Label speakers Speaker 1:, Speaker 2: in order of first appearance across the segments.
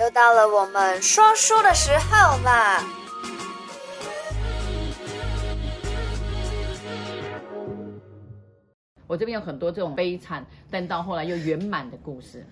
Speaker 1: 又到了我们说书的时候啦！
Speaker 2: 我这边有很多这种悲惨，但到后来又圆满的故事。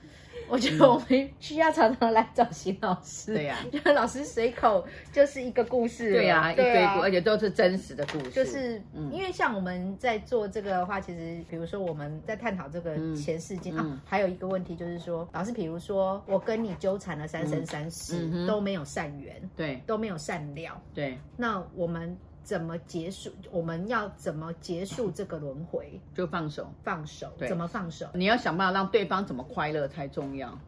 Speaker 2: 我觉得我们
Speaker 3: 需要常常来找邢老师。
Speaker 2: 对呀
Speaker 3: 就是老师随口就是一个故事了。
Speaker 2: 对呀、一堆
Speaker 3: 对啊
Speaker 2: 故，而且都是真实的故事。
Speaker 3: 就是、
Speaker 2: 嗯
Speaker 3: 因为像我们在做这个的话，其实比如说我们在探讨这个
Speaker 2: 嗯
Speaker 3: 前世今、
Speaker 2: 嗯
Speaker 3: 啊，还有一个问题就是说，老师，比如说我跟你纠缠了三生三世、
Speaker 2: 嗯嗯哼
Speaker 3: 都没有善缘，
Speaker 2: 对
Speaker 3: 都没有善了，
Speaker 2: 对，
Speaker 3: 那我们怎么结束？我们要怎么结束这个轮回？
Speaker 2: 就放手。
Speaker 3: 放手
Speaker 2: 对，
Speaker 3: 怎么放手？
Speaker 2: 你要想办法让对方怎么快乐才重
Speaker 3: 哦
Speaker 2: 要。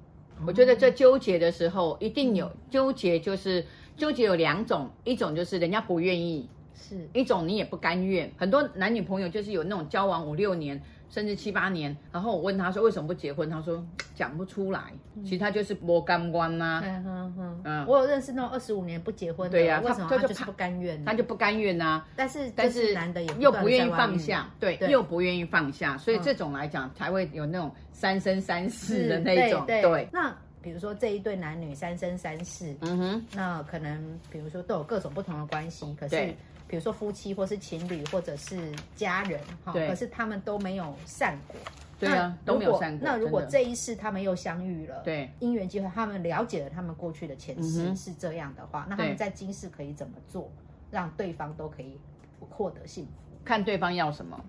Speaker 2: 我觉得在纠结的时候，一定
Speaker 3: 嗯
Speaker 2: 有纠结，就是纠结有两种，一种就是人家不愿意，
Speaker 3: 是
Speaker 2: 一种你也不甘愿。很多男女朋友就是有那种交往五六年，甚至七八年，然后我问他说为什么不结婚，他说讲不出来，其实他就是不甘愿呐、
Speaker 3: 嗯哼哼，
Speaker 2: 啊嗯
Speaker 3: 我有认识那种二十五年不结婚的，
Speaker 2: 对呀
Speaker 3: 为什么
Speaker 2: 他
Speaker 3: 他
Speaker 2: 他就
Speaker 3: 就是
Speaker 2: 怕
Speaker 3: 不甘愿？
Speaker 2: 他就不甘愿啊呐、
Speaker 3: 但是
Speaker 2: 但
Speaker 3: 就是男的也
Speaker 2: 又
Speaker 3: 断
Speaker 2: 不
Speaker 3: 地
Speaker 2: 愿
Speaker 3: 在
Speaker 2: 意
Speaker 3: 外
Speaker 2: 放
Speaker 3: 遇啊
Speaker 2: 下，对，
Speaker 3: 对
Speaker 2: 又不愿意放下，所以
Speaker 3: 嗯
Speaker 2: 这种来讲才会有那种三生三世
Speaker 3: 是
Speaker 2: 的那种，
Speaker 3: 嗯对
Speaker 2: 对，
Speaker 3: 那比如说这一对男女三生三世，
Speaker 2: 嗯哼，
Speaker 3: 那可能比如说都有各种不同的关系，可是
Speaker 2: 对
Speaker 3: 比如说夫妻或是情侣或者是家人哈，
Speaker 2: 对
Speaker 3: 可是他们都没有善果。
Speaker 2: 对啊，
Speaker 3: 那
Speaker 2: 都
Speaker 3: 如
Speaker 2: 没有
Speaker 3: 果
Speaker 2: 善果。
Speaker 3: 那如果
Speaker 2: 真的
Speaker 3: 这一世他们又相遇了，
Speaker 2: 对
Speaker 3: 因缘机会，他们了解了他们过去的前
Speaker 2: 嗯
Speaker 3: 世
Speaker 2: 哼
Speaker 3: 是这样的话，那他
Speaker 2: 对
Speaker 3: 们在今世可以怎么做，让对方都可以获得幸福？
Speaker 2: 看对方要什么。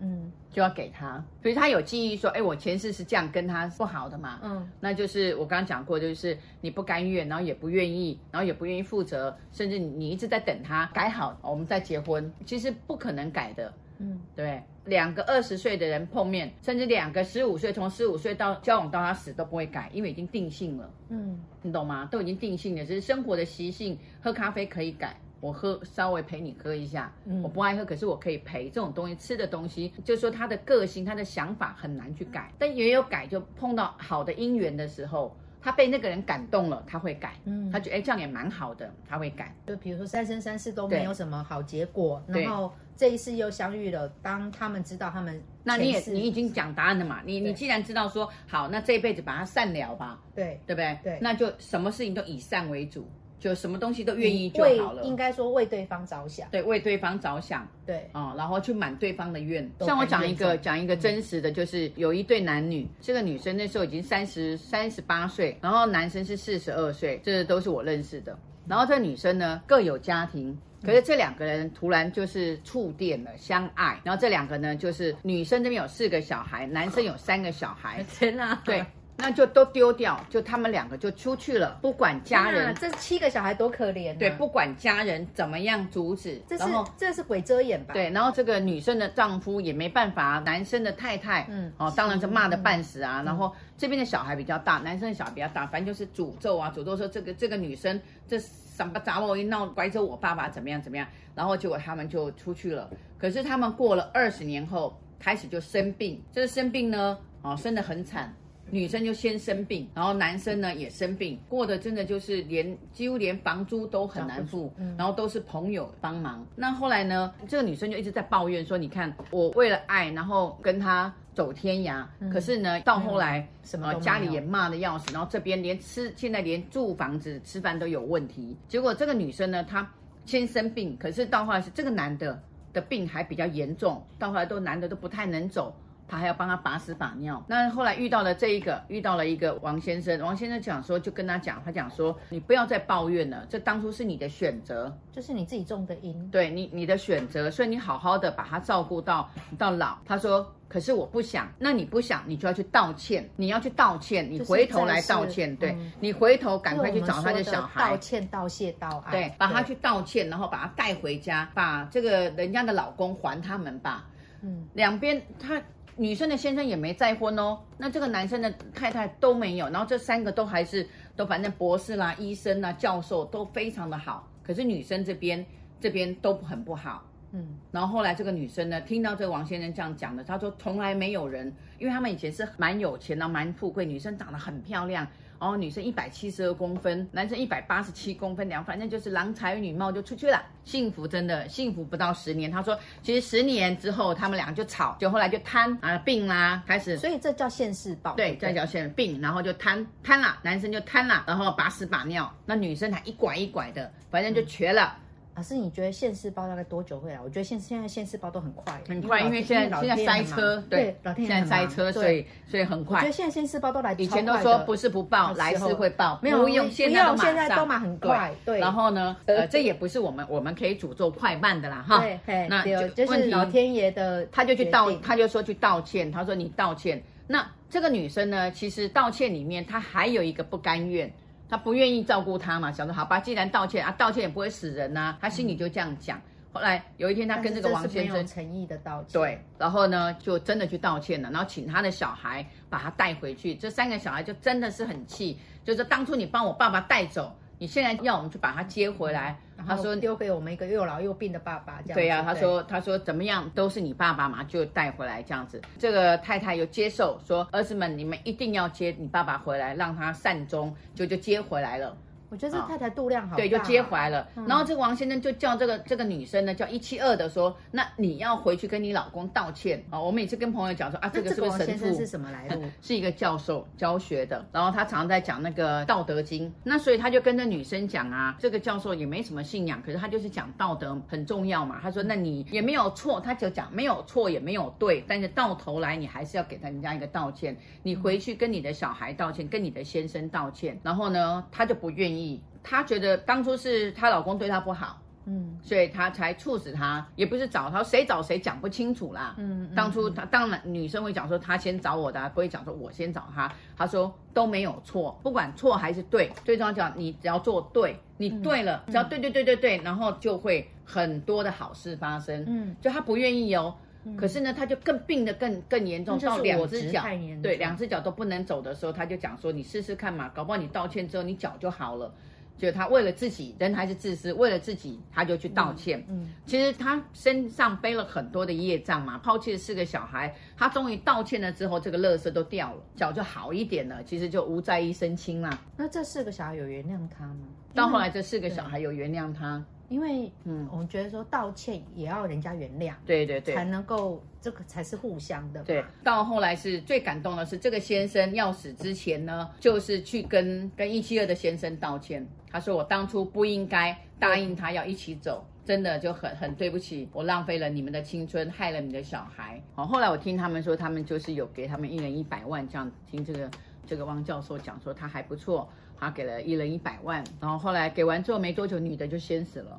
Speaker 3: 嗯
Speaker 2: 就要给他，比如他有记忆说，哎，我前世是这样跟他不好的嘛，
Speaker 3: 嗯，
Speaker 2: 那就是我刚刚讲过，就是你不甘愿，然后也不愿意，然后也不愿意负责，甚至你你一直在等他改好，我们再结婚，其实不可能改的，
Speaker 3: 嗯，
Speaker 2: 对，两个二十岁的人碰面，甚至两个十五岁，从十五岁到交往到他死都不会改，因为已经定性了，
Speaker 3: 嗯，
Speaker 2: 你懂吗？都已经定性了，只是生活的习性，喝咖啡可以改。我喝稍微陪你喝一下，
Speaker 3: 嗯
Speaker 2: 我不爱喝，可是我可以陪。这种东西吃的东西，就是说他的个性、他的想法很难去改，
Speaker 3: 嗯
Speaker 2: 但也有改，就碰到好的姻缘的时候，他被那个人感动了，他会改，
Speaker 3: 嗯
Speaker 2: 他觉得哎这样也蛮好的，他会改。
Speaker 3: 就比如说三生三世都没有什么好结果，
Speaker 2: 对
Speaker 3: 然后这一世又相遇了，当他们知道他们
Speaker 2: 那你也
Speaker 3: 前世
Speaker 2: 你已经讲答案了嘛？你
Speaker 3: 对
Speaker 2: 你既然知道说好，那这一辈子把它善了吧，
Speaker 3: 对
Speaker 2: 对不对？
Speaker 3: 对
Speaker 2: 那就什么事情都以善为主，就什么东西都愿意就好
Speaker 3: 为应
Speaker 2: 了。
Speaker 3: 该说为对方着想，
Speaker 2: 对，为对方着想
Speaker 3: 对，
Speaker 2: 啊、然后去满对方的愿。
Speaker 3: 都
Speaker 2: 像我
Speaker 3: 甘
Speaker 2: 讲
Speaker 3: 愿嗯
Speaker 2: 一个
Speaker 3: 做
Speaker 2: 讲一个真实的，就是有一对男女，这个女生那时候已经三十三十八岁，然后男生是四十二岁，这都是我认识的。然后这女生呢各有家庭，
Speaker 3: 嗯
Speaker 2: 可是这两个人突然就是触电了，相爱。然后这两个呢，就是女生这边有四个小孩，男生有三个小孩。
Speaker 3: 天哪，
Speaker 2: 对，那就都丢掉，就他们两个就出去了，不管家
Speaker 3: 天哪
Speaker 2: 人，
Speaker 3: 这七个小孩多可怜、啊，
Speaker 2: 对，不管家人怎么样阻止，
Speaker 3: 这是
Speaker 2: 然后。
Speaker 3: 这是鬼遮眼吧？，
Speaker 2: 对，然后这个女生的丈夫也没办法，啊男生的太太，嗯
Speaker 3: 嗯，
Speaker 2: 哦，当然是骂的半死啊。然后这边的小孩比较大，男生的小孩比较大，反正就是诅咒啊，诅咒说这个这个女生这什么杂我一闹，拐走我爸爸怎么样怎么样。然后结果他们就出去了。可是他们过了二十年后，开始就生病。这个生病呢，哦，生得很惨。女生就先生病，然后男生呢也生病，过的真的就是连几乎连房租都很难付，
Speaker 3: 嗯
Speaker 2: 然后都是朋友帮忙。那后来呢，这个女生就一直在抱怨说：“你看，我为了爱，然后跟他走天涯，可是呢，到后来
Speaker 3: 嗯哎什么
Speaker 2: 呃
Speaker 3: 都没有
Speaker 2: 家里也骂的要死，然后这边连吃现在连住房子吃饭都有问题。结果这个女生呢，她先生病，可是到后来是这个男的的病还比较严重，到后来都男的都不太能走。他还要帮他把屎把尿。那后来遇到了这一个，遇到了一个王先生，王先生讲说，就跟他讲，他讲说，你不要再抱怨了，这当初是你的选择，
Speaker 3: 就是你自己种的因，
Speaker 2: 对你你的选择，所以你好好的把他照顾到到老。他说，可是我不想，那你不想，你就要去道歉，你要去道歉，你
Speaker 3: 就是
Speaker 2: 回头来
Speaker 3: 正式
Speaker 2: 道歉，对、
Speaker 3: 嗯
Speaker 2: 你回头赶快去找他
Speaker 3: 就是我们说
Speaker 2: 小
Speaker 3: 的
Speaker 2: 孩
Speaker 3: 道，歉、道谢、道爱，
Speaker 2: 对，把他去道歉，然后把他带回家，把这个人家的老公还他们吧。
Speaker 3: 嗯，
Speaker 2: 两边他女生的先生也没再婚哦，那这个男生的太太都没有，然后这三个都还是都反正博士啦、医生啦、教授都非常的好，可是女生这边这边都很不好。
Speaker 3: 嗯，
Speaker 2: 然后后来这个女生呢，听到这个王先生这样讲的，她说从来没有人，因为他们以前是蛮有钱的，蛮富贵，女生长得很漂亮，然后女生一百七十二公分，男生一百八十七公分，两反正就是郎才女貌就出去了。幸福真的幸福不到十年，他说其实十年之后他们俩就吵，就后来就摊啊病啦，开始
Speaker 3: 所以这叫现世报。
Speaker 2: 对，
Speaker 3: 不
Speaker 2: 这条线病，然后就瘫瘫了，男生就瘫了，然后把屎把尿，那女生还一拐一拐的，反正就瘸了，
Speaker 3: 老师，啊你觉得现世报大概多久会来？我觉得现现在现世报都很快，
Speaker 2: 很快，因为现在
Speaker 3: 老
Speaker 2: 现在
Speaker 3: 天
Speaker 2: 塞
Speaker 3: 很忙
Speaker 2: 车，
Speaker 3: 对，老天
Speaker 2: 现在
Speaker 3: 很
Speaker 2: 塞
Speaker 3: 忙
Speaker 2: 车，
Speaker 3: 对
Speaker 2: 所以所以很
Speaker 3: 我觉
Speaker 2: 快
Speaker 3: 得。现在现世报都来，
Speaker 2: 以前都说不。是不报，
Speaker 3: 那
Speaker 2: 来
Speaker 3: 时
Speaker 2: 是
Speaker 3: 候
Speaker 2: 会报，
Speaker 3: 没有
Speaker 2: 不用，
Speaker 3: 不
Speaker 2: 现
Speaker 3: 用
Speaker 2: 在
Speaker 3: 现在
Speaker 2: 上
Speaker 3: 都马很
Speaker 2: 对
Speaker 3: 快对
Speaker 2: 然后呢，呃，这也不是我们我们可以诅咒快慢的啦，哈。
Speaker 3: 对，嘿
Speaker 2: 啊那
Speaker 3: 对
Speaker 2: 就
Speaker 3: 就
Speaker 2: 问
Speaker 3: 是
Speaker 2: 题
Speaker 3: 老天爷的，
Speaker 2: 他就去道
Speaker 3: 决，定
Speaker 2: 他就说去道歉，他说你道歉。那这个女生呢，其实道歉里面她还有一个不甘愿，她不愿意照顾他嘛，想说好吧，既然道歉啊，道歉也不会死人呐、她心里就这样讲。后来有一天，她
Speaker 3: 嗯但
Speaker 2: 跟
Speaker 3: 是
Speaker 2: 这个王
Speaker 3: 是
Speaker 2: 先
Speaker 3: 没有
Speaker 2: 生
Speaker 3: 诚意的道歉，
Speaker 2: 对，然后呢就真的去道歉了，然后请他的小孩把他带回去。这三个小孩就真的是很气，就是当初你帮我爸爸带走，你现在要我们去把他接回来。
Speaker 3: 然
Speaker 2: 他
Speaker 3: 后
Speaker 2: 说
Speaker 3: 丢给我们一个又老又病的爸爸，这样子
Speaker 2: 对呀、啊他说他说怎么样都是你爸爸嘛，就带回来这样子。这个太太有接受说，儿子们你们一定要接你爸爸回来，让他善终，就就接回来了，
Speaker 3: 我觉得
Speaker 2: 啊
Speaker 3: 这太太度量好大啊，
Speaker 2: 对，就接回来了。然后这个王先生就叫这个这个女生呢，叫一七二的说，那你要回去跟你老公道歉啊、我每次跟朋友讲说啊，
Speaker 3: 那
Speaker 2: 这个
Speaker 3: 这
Speaker 2: 是
Speaker 3: 个
Speaker 2: 不是
Speaker 3: 王
Speaker 2: 神
Speaker 3: 先生
Speaker 2: 父嗯
Speaker 3: 是？什么来路？
Speaker 2: 是一个教授教学的，然后他常在讲那个《道德经》，那所以他就跟着女生讲啊，这个教授也没什么信仰，可是他就是讲道德很重要嘛。他说，那你也没有错，他就讲没有错也没有对，但是到头来你还是要给他人家一个道歉，你回去跟你的小孩道歉，跟你的先生道歉。然后呢，她就不愿意，她觉得当初是她老公对她不好。
Speaker 3: 嗯
Speaker 2: 所以她才促使她，也不是找她，谁找谁讲不清楚啦。
Speaker 3: 嗯，
Speaker 2: 当初他当然女生会讲说他先找我的啊、不会讲说我先找他。他说都没有错，不管错还是对，最重要讲你只要做对，你
Speaker 3: 嗯
Speaker 2: 对了，只要对对对对对，然后就会很多的好事发生。
Speaker 3: 嗯，
Speaker 2: 就他不愿意哦，可是呢，他就更病得更更严重，
Speaker 3: 那就是
Speaker 2: 到两只脚
Speaker 3: 我执太严重
Speaker 2: 对两只脚都不能走的时候，他就讲说你试试看嘛，搞不好你道歉之后你脚就好了。就他为了自己，人还是自私，为了自己他就去道歉。
Speaker 3: 嗯
Speaker 2: 其实他身上背了很多的业障嘛，抛弃了四个小孩，他终于道歉了之后，这个乐色都掉了，脚就好一点了，其实就无债一身轻啦。
Speaker 3: 那这四个小孩有原谅他吗？
Speaker 2: 到后来，这四个小孩有原谅他，
Speaker 3: 因为
Speaker 2: 嗯，
Speaker 3: 我们觉得说道歉也要人家原谅，
Speaker 2: 对对对
Speaker 3: 才。能够这个才是互相的嘛。
Speaker 2: 对，到后来是最感动的是，这个先生要死之前呢，就是去跟跟一七二的先生道歉。他说：“我当初不应该答应他要一起走，真的就很很对不起，我浪费了你们的青春，害了你的小孩。”哦，后来我听他们说，他们就是有给他们一人一百万这样。听这个这个汪教授讲说他还不错，他给了一人一百万。然后后来给完之后没多久，女的就先死了。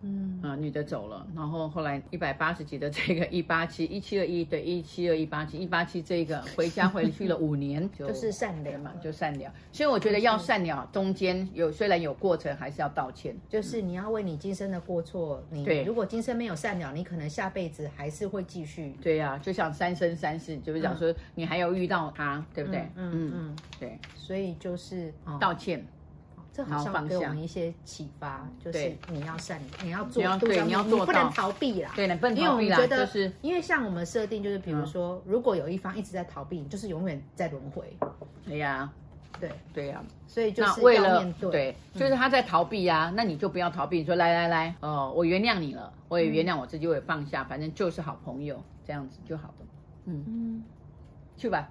Speaker 3: 嗯，
Speaker 2: 啊、女的走了，然后后来一百八十几的这个一八七一七二一对一七二一八七一八七这个回家回去了五年，就
Speaker 3: 就是善良
Speaker 2: 嘛
Speaker 3: 嘛，，
Speaker 2: 就善良。所以我觉得要善良，中间有虽然有过程，还是要道歉。
Speaker 3: 就是你要为你今生的过错，你
Speaker 2: 对
Speaker 3: 如果今生没有善了，你可能下辈子还是会继续。
Speaker 2: 对呀、就像三生三世，就是讲说你还有遇到他，对不对？
Speaker 3: 嗯
Speaker 2: 嗯
Speaker 3: 嗯嗯，
Speaker 2: 对，
Speaker 3: 所以就是哦，
Speaker 2: 道歉，
Speaker 3: 这
Speaker 2: 然
Speaker 3: 好
Speaker 2: 后
Speaker 3: 像
Speaker 2: 放
Speaker 3: 给我
Speaker 2: 下
Speaker 3: 们一些启发，就是
Speaker 2: 对
Speaker 3: 你要善，你要
Speaker 2: 你要
Speaker 3: 做，
Speaker 2: 对
Speaker 3: 要
Speaker 2: 你要
Speaker 3: 你
Speaker 2: 做
Speaker 3: 不
Speaker 2: 到
Speaker 3: 能逃避啦。
Speaker 2: 对，你不能
Speaker 3: 因为
Speaker 2: 逃
Speaker 3: 我
Speaker 2: 避
Speaker 3: 们
Speaker 2: 啦，
Speaker 3: 觉得，
Speaker 2: 就是嗯
Speaker 3: 因为像我们设定就是，比如说，如果有一方一直在逃避，你就是永远在轮回，
Speaker 2: 对哎呀、
Speaker 3: 对，
Speaker 2: 对啊呀、
Speaker 3: 所以就
Speaker 2: 那
Speaker 3: 是
Speaker 2: 为
Speaker 3: 要
Speaker 2: 了
Speaker 3: 面对。嗯
Speaker 2: 就是他在逃避呀、那你就不要逃避，你说来来来，哦，我原谅你了，我也原
Speaker 3: 嗯
Speaker 2: 谅我自己，我也放下，反正就是好朋友，这样子就好了。嗯，
Speaker 3: 嗯，
Speaker 2: 去吧。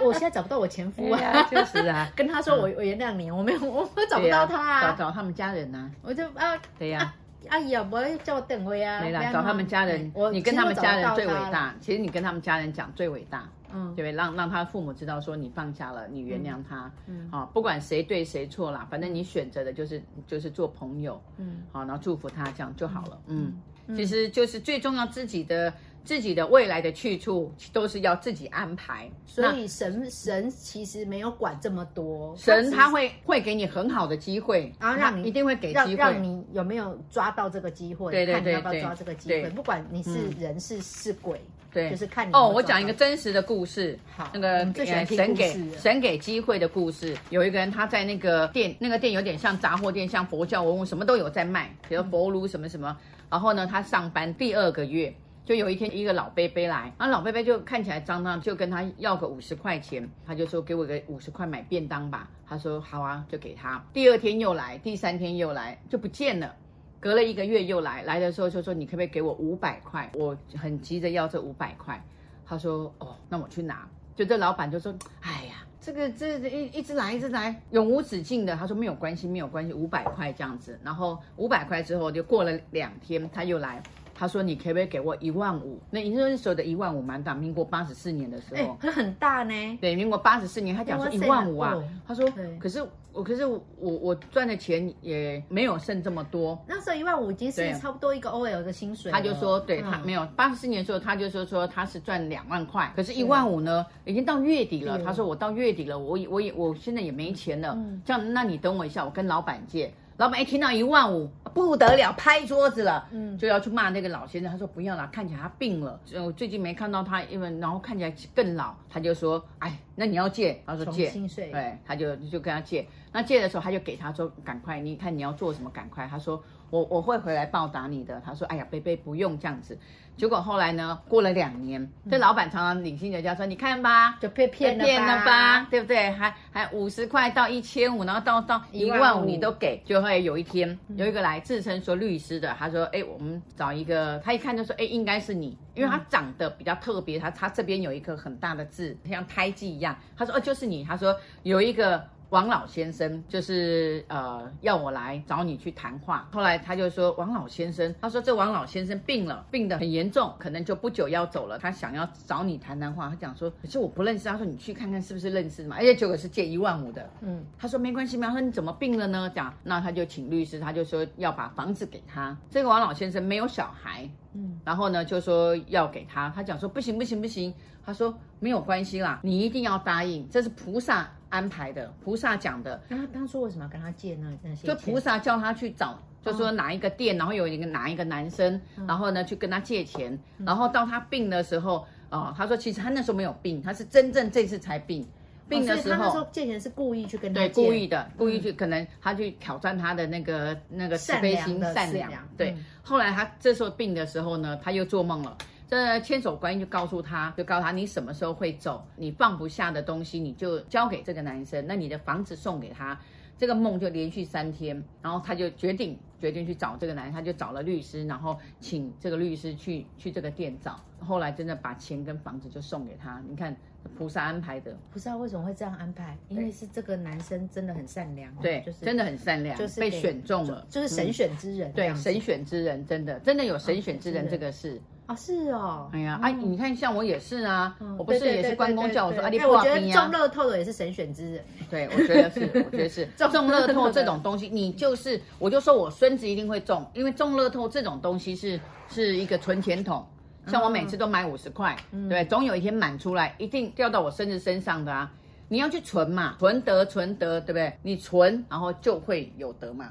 Speaker 3: 我我现在找不到我前夫
Speaker 2: 哎
Speaker 3: 啊
Speaker 2: 呀，确实啊
Speaker 3: 跟他说我我原谅你，我没有，我我找不
Speaker 2: 对呀
Speaker 3: 到他啊，
Speaker 2: 找找他们家人呐、
Speaker 3: 我就啊
Speaker 2: 对呀、
Speaker 3: 阿姨啊，不要叫我等会啊，
Speaker 2: 没
Speaker 3: 不
Speaker 2: 啦，
Speaker 3: 然
Speaker 2: 找
Speaker 3: 哈
Speaker 2: 他们家人
Speaker 3: 嗯我，
Speaker 2: 你跟他们家人最伟
Speaker 3: 其实我找不到他了，
Speaker 2: 大。其实你跟他们家人讲最伟大，对
Speaker 3: 嗯
Speaker 2: 不，对？让让他父母知道说你放下了，你原谅他，
Speaker 3: 嗯
Speaker 2: 好、不管谁对谁错啦，反正你选择的就是就是做朋友，
Speaker 3: 嗯
Speaker 2: 好，然后祝福他这样就好了。嗯，
Speaker 3: 嗯
Speaker 2: 其实就是最重要自己的自己的未来的去处都是要自己安排。
Speaker 3: 所以神神其实没有管这么多，
Speaker 2: 那神
Speaker 3: 只
Speaker 2: 他会会给你很好的机会，
Speaker 3: 然后让
Speaker 2: 他
Speaker 3: 你
Speaker 2: 一定会给
Speaker 3: 让
Speaker 2: 机
Speaker 3: 让
Speaker 2: 会。
Speaker 3: 你有没有抓到这个机会，
Speaker 2: 对对
Speaker 3: 看你
Speaker 2: 对
Speaker 3: 要不
Speaker 2: 对
Speaker 3: 要抓这个机
Speaker 2: 对嗯
Speaker 3: 会，不管你是人是是鬼，
Speaker 2: 对
Speaker 3: 就是看你有
Speaker 2: 哦，
Speaker 3: 没有
Speaker 2: 我
Speaker 3: 抓
Speaker 2: 讲一
Speaker 3: 到
Speaker 2: 个真实的故事。
Speaker 3: 好
Speaker 2: 那个
Speaker 3: 我们最喜欢
Speaker 2: 呃
Speaker 3: 听
Speaker 2: 神
Speaker 3: 故
Speaker 2: 给
Speaker 3: 事了
Speaker 2: 神给机会的故事，有一个人他在那个店，那个店有点像杂货店，像佛教文物什么都有在卖，比如佛炉什么什么。然后呢，他上班第二个月。就有一天一个老伯伯来，然后老伯伯就看起来脏脏，就跟他要个五十块钱，他就说给我个五十块买便当吧，他说好啊，就给他。第二天又来，第三天又来，就不见了。隔了一个月又来，来的时候就说你可不可以给我五百块？我很急着要这五百块。他说哦，那我去拿。就这老板就说，哎呀，这个这这一一直来一直来，永无止境的。他说没有关系，没有关系，五百块这样子。然后五百块之后就过了两天，他又来。他说：“你可不可以给我一万五？”那你那时候的一万五蛮大，民国八十四年的时
Speaker 3: 哎、
Speaker 2: 候，
Speaker 3: 它很大呢。
Speaker 2: 对，民国八十四年，他讲说
Speaker 3: 哇塞
Speaker 2: 一万五啊
Speaker 3: 哦，
Speaker 2: 他说
Speaker 3: 对，
Speaker 2: 可是我可是我我赚的钱也没有剩这么多，
Speaker 3: 那时候一万五已经
Speaker 2: 对啊
Speaker 3: 是差不多一个 OL 的薪水了。
Speaker 2: 他就说，对他
Speaker 3: 嗯
Speaker 2: 没有八十四年的时候，他就说说他是赚两万块，可是
Speaker 3: 啊
Speaker 2: 一万五呢，已经到月底了。
Speaker 3: 嗯
Speaker 2: 他说我到月底了，我也我也我现在也没钱了，这样那你等我一下，我跟老板借。老板一听到一万五，不得了，拍桌子了，
Speaker 3: 嗯
Speaker 2: 就要去骂那个老先生。他说不要啦，看起来他病了，呃我最近没看到他，因为然后看起来更老。他就说，哎，那你要借？他说
Speaker 3: 重
Speaker 2: 借，
Speaker 3: 新税
Speaker 2: 对，他就就跟他借。那借的时候，他就给他说：“赶快，你看你要做什么，赶快。”他说：“我我会回来报答你的。”他说：“哎呀，贝贝不用这样子。”结果后来呢，过了两年，这老板常常领薪人家说：“你看吧，
Speaker 3: 就被骗了吧
Speaker 2: 骗了吧，对不对？还还五十块到一千五，然后到到一万
Speaker 3: 15,000
Speaker 2: 五你都给。就会有一天有一个来自称说律师的，他说：“哎，我们找一个。”他一看就说：“哎，应该是你，因为他长得比较特别，他他这边有一颗很大的痣，像胎记一样。”他说：“哦，就是你。”他说有一个。王老先生就是呃要我来找你去谈话，后来他就说王老先生，他说这王老先生病了，病得很严重，可能就不久要走了，他想要找你谈谈话，他讲说可是我不认识，他说你去看看是不是认识嘛，而且结果是借一万五的，
Speaker 3: 嗯，
Speaker 2: 他说没关系，苗说你怎么病了呢？讲那他就请律师，他就说要把房子给他。这个王老先生没有小孩，
Speaker 3: 嗯，
Speaker 2: 然后呢就说要给他，他讲说不行不行不行，他说没有关系啦，你一定要答应，这是菩萨安排的，菩萨讲的，
Speaker 3: 那他当初为什么要跟他借那那些
Speaker 2: 就
Speaker 3: 钱？
Speaker 2: 菩萨叫他去找，就
Speaker 3: 哦
Speaker 2: 说哪一个店，然后有一个哪一个男生，
Speaker 3: 嗯
Speaker 2: 然后呢去跟他借钱，然后到他病的时候，哦，他说其实他那时候没有病，他是真正这次才病，病的
Speaker 3: 哦所
Speaker 2: 时
Speaker 3: 以他那
Speaker 2: 候
Speaker 3: 时。候借钱是故意去跟他
Speaker 2: 对，
Speaker 3: 借嗯
Speaker 2: 故意的，故意去，可能他去挑战他的那个那个慈
Speaker 3: 善
Speaker 2: 悲
Speaker 3: 良
Speaker 2: 心、
Speaker 3: 的
Speaker 2: 善
Speaker 3: 善
Speaker 2: 良
Speaker 3: 良。
Speaker 2: 对
Speaker 3: 嗯，
Speaker 2: 后来他这时候病的时候呢，他又做梦了。这千手观音就告诉他，就告诉他你什么时候会走，你放不下的东西你就交给这个男生，那你的房子送给他。这个梦就连续三天，然后他就决定决定去找这个男人，他就找了律师，然后请这个律师去去这个店找，后来真的把钱跟房子就送给他。你看菩萨安排的，
Speaker 3: 不知道为什么会这样安排，因为是这个男生真的很善良哦，
Speaker 2: 对，
Speaker 3: 就是
Speaker 2: 真的很善良，
Speaker 3: 就是
Speaker 2: 被
Speaker 3: 给
Speaker 2: 选中了，嗯
Speaker 3: 就是神选之人这
Speaker 2: 对，
Speaker 3: 样子，
Speaker 2: 神选之人，真的，真的有神选之人
Speaker 3: 哦
Speaker 2: 这
Speaker 3: 神选之人
Speaker 2: 个事。
Speaker 3: 啊是哦，
Speaker 2: 哎呀，哎，你看，像我也是啊，我不是
Speaker 3: 嗯对对
Speaker 2: 也是
Speaker 3: 对
Speaker 2: 关公
Speaker 3: 对
Speaker 2: 叫我说
Speaker 3: 对
Speaker 2: 啊，你
Speaker 3: 哎
Speaker 2: 不
Speaker 3: 我
Speaker 2: 好
Speaker 3: 觉得
Speaker 2: 听
Speaker 3: 中
Speaker 2: 啊。
Speaker 3: 乐透的也是神选之人，
Speaker 2: 对，我觉得是，我觉得是
Speaker 3: 中
Speaker 2: 中乐透
Speaker 3: 乐
Speaker 2: 这种东西，你就是，我就说我孙子一定会中，因为中乐透这种东西是是一个存钱筒。像我每次都买五十块，对，总有一天满出来，一定掉到我孙子身上的啊！你要去存嘛，存得存得，对不对？你存，然后就会有得嘛。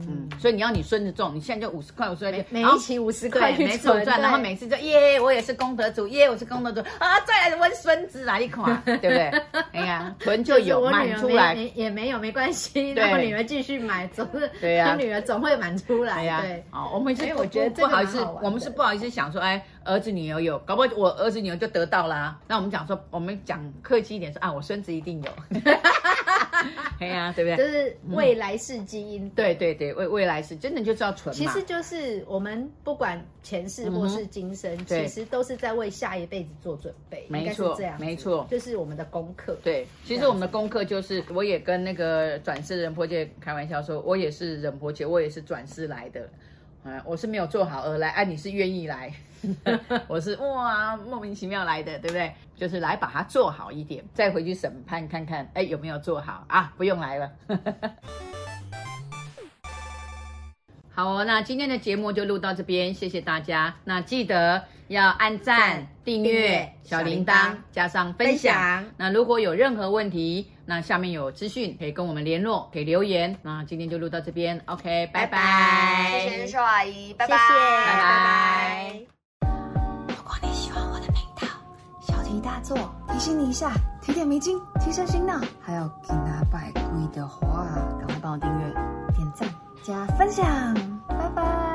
Speaker 2: 嗯，所以你要你孙子中，你现在就五十块，五十块钱，
Speaker 3: 每
Speaker 2: 然后
Speaker 3: 一期五十块
Speaker 2: 哎对，
Speaker 3: 去
Speaker 2: 没错
Speaker 3: 存
Speaker 2: 赚，然后
Speaker 3: 对
Speaker 2: 每次就耶，我也是功德主，耶，我是功德主啊，再来问孙子哪一 款，对不对？哎呀，囤就
Speaker 3: 就是
Speaker 2: 有
Speaker 3: 我
Speaker 2: 满
Speaker 3: 女儿
Speaker 2: 出
Speaker 3: 没
Speaker 2: 来，
Speaker 3: 没也没有没 关系，
Speaker 2: 对
Speaker 3: 让我女儿继续买，总是
Speaker 2: 对呀
Speaker 3: 她女儿总会满出
Speaker 2: 哎
Speaker 3: 来，
Speaker 2: 呀
Speaker 3: 对，，
Speaker 2: 哦，我们是
Speaker 3: 哎
Speaker 2: 不
Speaker 3: 我觉得
Speaker 2: 不
Speaker 3: 这
Speaker 2: 不
Speaker 3: 个
Speaker 2: 好意
Speaker 3: 蛮
Speaker 2: 思
Speaker 3: 好，玩
Speaker 2: 我们是
Speaker 3: 的
Speaker 2: 不好意思想说，哎，儿子女儿有，搞不好我儿子女儿就得到啦。那我们讲说，我们讲客气一点说啊，我孙子一定 有， 哎呀，对不嗯
Speaker 3: 就
Speaker 2: 对？
Speaker 3: 是未来式基因。
Speaker 2: 对对对，未未来是真的就是要存
Speaker 3: 其
Speaker 2: 嘛嗯
Speaker 3: 实，就是我们不管前世或是今生，
Speaker 2: 对
Speaker 3: 其实都是在为下一辈子做准备，
Speaker 2: 没
Speaker 3: 应该是
Speaker 2: 错
Speaker 3: 这样子，
Speaker 2: 没错
Speaker 3: 就是我们的功课。
Speaker 2: 对，其实我们的功课就是，我也跟那个转世仁波切开玩笑说，我也是仁波切，我也是转世来的，啊，我是没有做好而来，哎、你是愿意 来，我是哇莫名其妙来的，对不对？就是来把它做好一点，再回去审判看看，哎，有没有做好啊？不用来了。 好哦，那今天的节目就录到这边，谢谢大家。那记得要按赞
Speaker 3: 赞、
Speaker 2: 订
Speaker 3: 订
Speaker 2: 阅
Speaker 3: 阅、
Speaker 2: 小
Speaker 3: 小
Speaker 2: 铃
Speaker 3: 铃
Speaker 2: 铛
Speaker 3: 铛，
Speaker 2: 加上分享。
Speaker 3: 分享
Speaker 2: 那如果有任何问题，那下面有资讯可以跟我们联络，可以留言。那今天就录到这边，OK，拜
Speaker 3: 拜
Speaker 2: 拜
Speaker 3: 拜
Speaker 1: 谢谢秀阿姨，拜
Speaker 3: 嗯谢谢，
Speaker 1: 拜，
Speaker 2: 拜拜
Speaker 3: 拜
Speaker 4: 如果你喜欢我的频道，小题大做提醒你一下，提点迷津，提升醒脑。还有给拿百贵的话，赶快帮我订阅、点赞、加分享，拜拜。